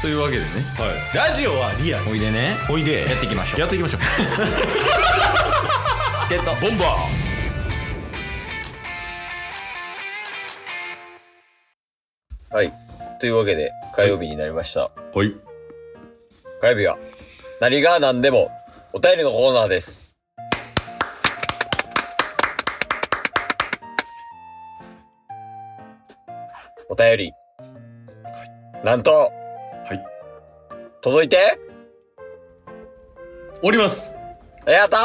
というわけでねはい、ラジオはリアルおいでねおいでやっていきましょうやっていきましょうチケットボンバーはい。というわけで、火曜日になりましはた。い火曜日は、何が何でも、お便りのコーナーです。お便り。なんと、はい届いておりますやった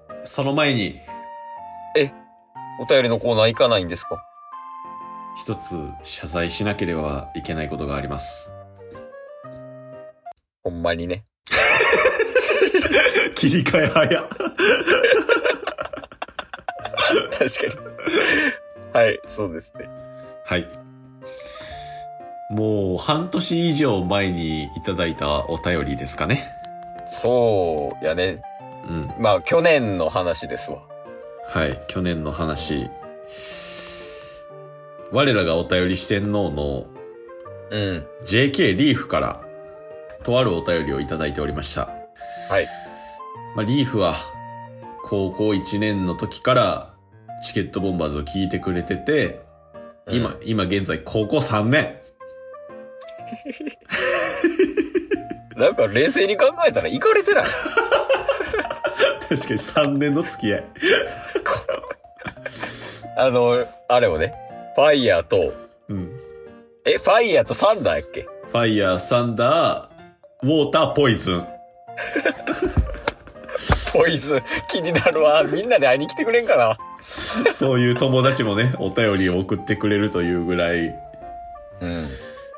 ーその前にお便りのコーナー行かないんですか一つ謝罪しなければいけないことがありますほんまに ね。 切り替え早確かに。はい、そうですね。はい。もう半年以上前にいただいたお便りですかね。そうやね。うん。まあ、去年の話ですわ。はい。去年の話。我らがお便り四天王のうん。 JK リーフから、とあるお便りをいただいておりました。はい。まあ、リーフは、高校1年の時から、チケットボンバーズを聞いてくれてて、今、うん今現在高校3年。なんか冷静に考えたら行かれて ない。確かに3年の付き合い。あの、あれもね、ファイヤーと、うん。え、ファイヤーとサンダーやっけファイヤー、サンダー、ウォーター、ポイズン。ポイズン、気になるわ。みんなで会いに来てくれんかな。そういう友達もね、 お便りを送ってくれるというぐらい、うん。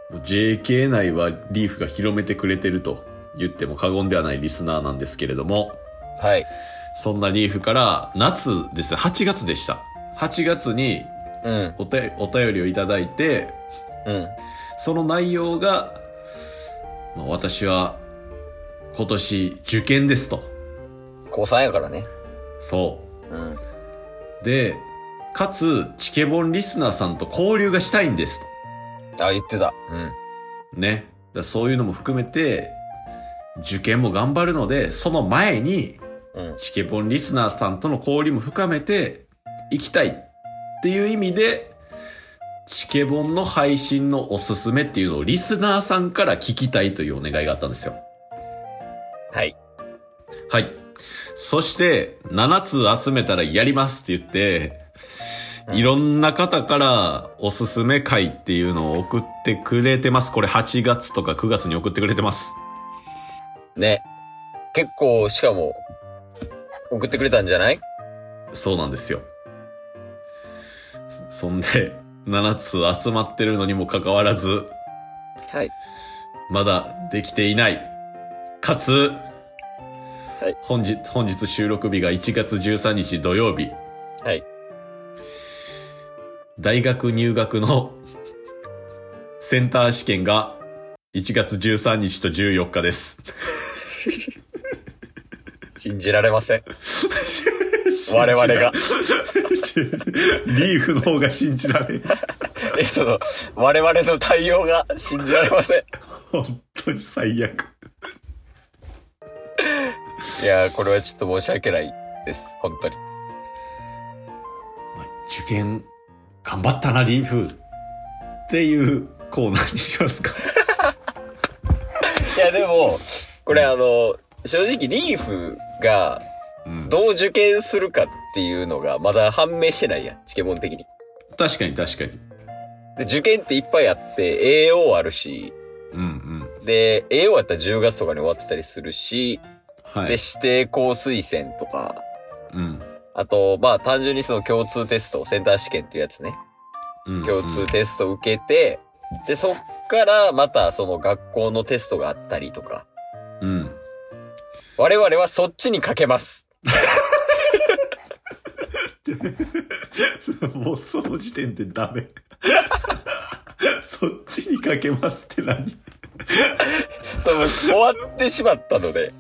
もう JK 内はリーフが広めてくれてると言っても過言ではないリスナーなんですけれども、はい。そんなリーフから夏ですね、8月でした。8月にうん。おてお便りをいただいて、うん。その内容が、まあ私は今年受験ですと。高3やからね。そう。うん。で、かつ、チケボンリスナーさんと交流がしたいんですあ、言ってた。うん。と。ね。だからそういうのも含めて、受験も頑張るので、その前に、うん。チケボンリスナーさんとの交流も深めて、行きたいっていう意味で、チケボンの配信のおすすめっていうのをリスナーさんから聞きたいというお願いがあったんですよ。はい。はい。そして、7つ集めたらやりますって言って、いろんな方からおすすめ会っていうのを送ってくれてます。これ8月とか9月に送ってくれてます。ね。結構、しかも、送ってくれたんじゃないそうなんですよ。そそんで、7つ集まってるのにもかかわらず、はい。まだできていない。かつ、い本日、本日収録日が1月13日土曜日、はい。大学入学の センター試験が1月13日と14日です。信じられません。我々が。 リーフの方が信じられん。え、その、我々の対応が信じられません。本当に最悪。いやー、これはちょっと申し訳ないです。本当に。受験、頑張ったな、リーフ。っていうコーナーにしますか。いやでも、これあの、正直リーフがうん、どう受験するかっていうのがまだ判明してないやん、チケボン的に。確かに確かに。で、受験っていっぱいあって、AO あるし、うんうん。で、AO やったら10月とかに終わってたりするし、はで、い指。定校推薦とか、うん。あと、まあ単純にその共通テスト、センター試験っていうやつね。うん共通テスト受けて、で、そっからまたその学校のテストがあったりとか、うん。我々はそっちにかけます。 もうその時点でダメ。 そっちにかけますって何その、終わってしまったので、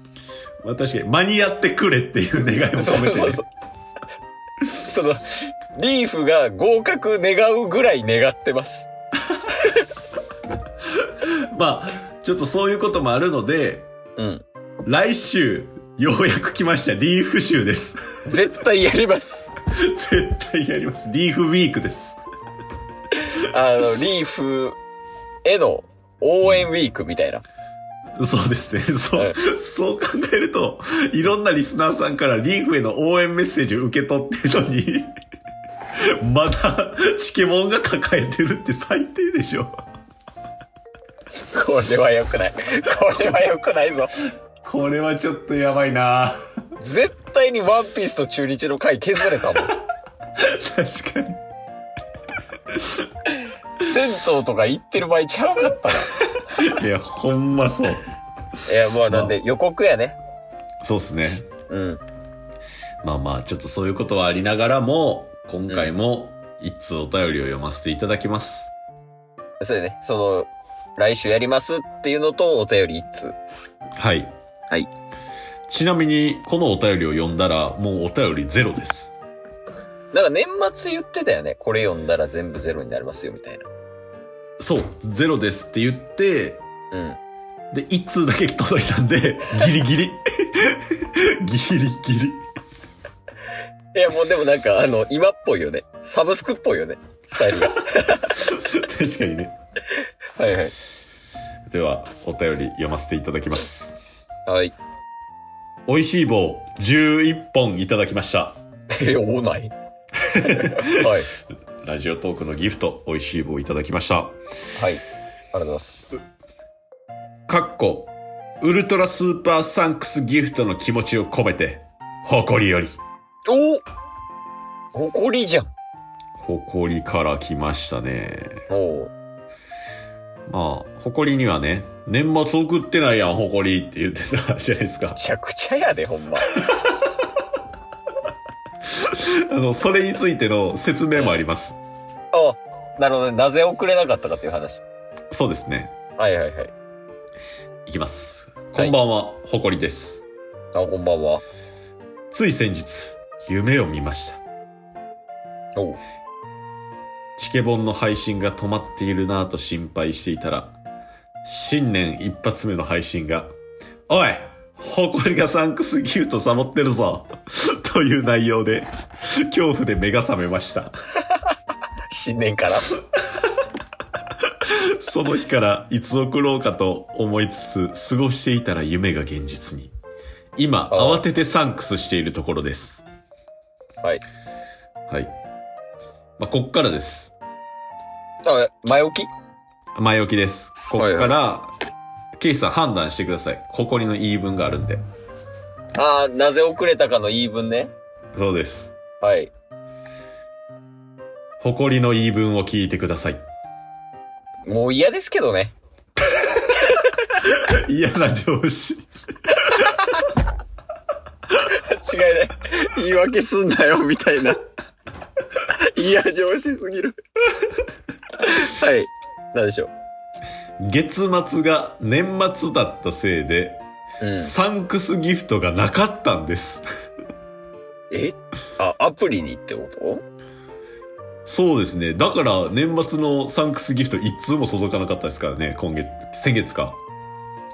まあ確かに間に合ってくれっていう願いも込めて、ね。そうそうそう。その、リーフが合格願うぐらい願ってます。まあ、ちょっとそういうこともあるので、うん。来週、ようやく来ました。リーフ週です。 絶対やります。絶対やります。リーフウィークです。あの、リーフへの応援ウィークみたいな。そうです ね。そう、はいそう考えると、いろんなリスナーさんからリーフへの応援メッセージを受け取ってるのに、 まだ、チケモンが抱えてるって最低でしょ。これは良くない。これは良くないぞ。これはちょっとやばいな絶対にワンピースと中日の回削れたもん。確かに。銭湯とか行ってる場合ちゃうかったな。いや、ほんまそう。いや、もうなんで予告やね。そうですね。うん。まあまあ、ちょっとそういうことはありながらも、今回も一通お便りを読ませていただきます。そうやね。その、来週やりますっていうのとお便り一通。はい。はい。ちなみに、このお便りを読んだら、もうお便りゼロです。なんか年末言ってたよね。これ読んだら全部ゼロになりますよみたいな。そう、ゼロですって言って、うん。で、一通だけ届いたんで、ギリ ギリ。ギリギリ。いや、もうでもなんかあの、今っぽいよね。サブスクっぽいよね。スタイルが。確かにね。 はいはい。では、お便り読ませていただきます。はい。美味しい棒11本いただきました。え、おない はい。ラジオトークのギフト、美味しい棒いただきました。はい。ありがとうございます。かっこ、ウルトラスーパーサンクスギフトの気持ちを込めて、誇りより。おお誇りじゃん。誇りから来ましたね。おうまあ、誇りにはね、年末送ってないやん、誇りって言ってたじゃないですかめ。ちゃくちゃやで、ほ んま。あの、それについての説明もあります。あ、なるほどね。なぜ遅れなかったかっていう話。そうですね。はいはいはい。いきます。こはいんばんは、誇りです。あ、こんばんは。つい先日、夢を見ました。おうチケボンの配信が止まっているなぁと心配していたら、新年一発目の配信が、おい誇りがサンクスギフトサボってるぞという内容で、恐怖で目が覚めました。新年 から。その日からいつ送ろうかと思いつつ、過ごしていたら夢が現実に。今、ああ慌ててサンクスしているところです。はい。はい。まあ、こっからです。あ、前置き前置きです。こっから、ケイさん判断してください。誇りの言い分があるんで。ああ、なぜ遅れたかの言い分ね。そうです。はい。誇りの言い分を聞いてください。もう嫌ですけどね。嫌な上司。違いない。言い訳すんなよ、みたい な。いや、上司すぎる。はい。なんでしょう。月末が年末だったせいで、うん。サンクスギフトがなかったんです。えあ、アプリにってことそうですね。だから年末のサンクスギフト一通も届かなかったですからね、今月、先月か。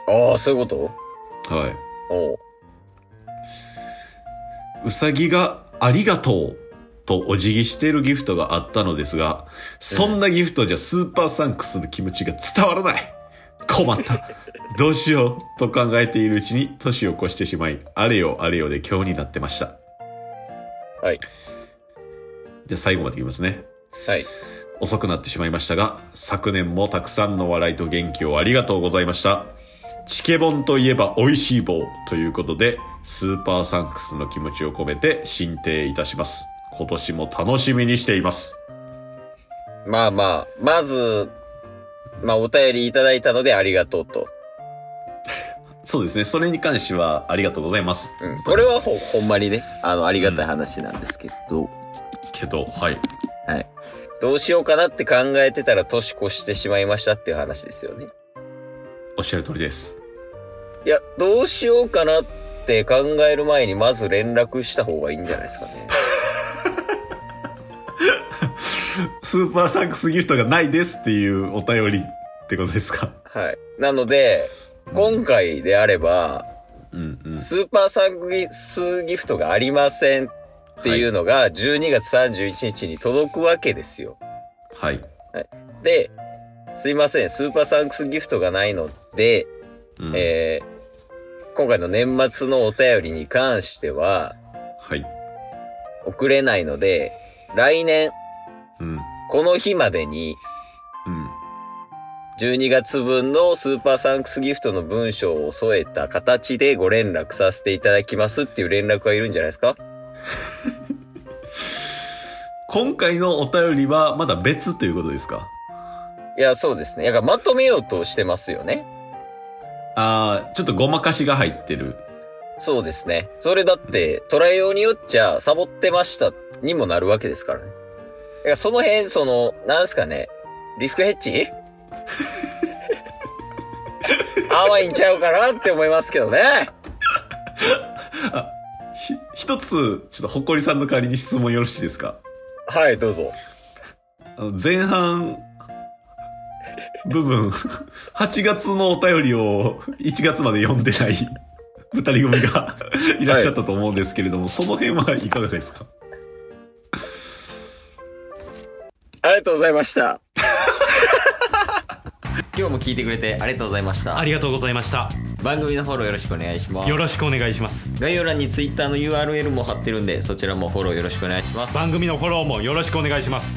ああ、そういうことはい。おううさぎがありがとうとお辞儀しているギフトがあったのですが、そんなギフトじゃスーパーサンクスの気持ちが伝わらない困った どうしようと考えているうちに年を越してしまい、あれよあれよで今日になってました。はい。じゃあ最後までいきますね。はい。遅くなってしまいましたが、昨年もたくさんの笑いと元気をありがとうございました。チケボンといえば美味しい棒ということで、スーパーサンクスの気持ちを込めて進呈いたします。今年も楽しみにしています。まあまあ、まず、まあ、お便りいただいたのでありがとうと。そうですね。それに関してはありがとうございます。うん。これはほ、ほんまにね、あの、ありがたい話なんですけど、けど、はい。はい。どうしようかなって考えてたら年越してしまいましたっていう話ですよね。おっしゃる通りです。いや、どうしようかなって考える前にまず連絡した方がいいんじゃないですかね。スーパーサンクスギフトがないですっていうお便りっってことですか。はい。なので、今回であれば、うんうん。スーパーサンギスギフトがありませんっていうのが12月31日に届くわけですよ。はい。で、すいません、スーパーサンクスギフトがないので、うんえー今回の年末のお便りに関してははい。送れないので、来年うん。この日までにうん。 12月分のスーパーサンクスギフトの文章を添えた形でご連絡させていただきますっていう連絡がいるんじゃないですか今回のお便りはまだ別ということですかいや、そうですね。いやまとめようとしてますよね。ああ、ちょっとごまかしが入ってる。そうですね。それだって、捉えようによっちゃ、サボってましたにもなるわけですからね。だからその辺、その、なんすかね、リスクヘッジ甘いんちゃうかなって思いますけどね。ひ、一つ、ちょっとほこりさんの代わりに質問よろしいですかはい、どうぞ。あの前半、部分、8月のお便りを1月まで読んでない二人組が いらっしゃったと思うんですけれども、その辺はいかがですかありがとうございました。 今日も聞いてくれてありがとうございましたありがとうございました番組のフォローよろしくお願いしますよろしくお願いします概要欄に Twitter の URL も貼ってるんでそちらもフォローよろしくお願いします番組のフォローもよろしくお願いします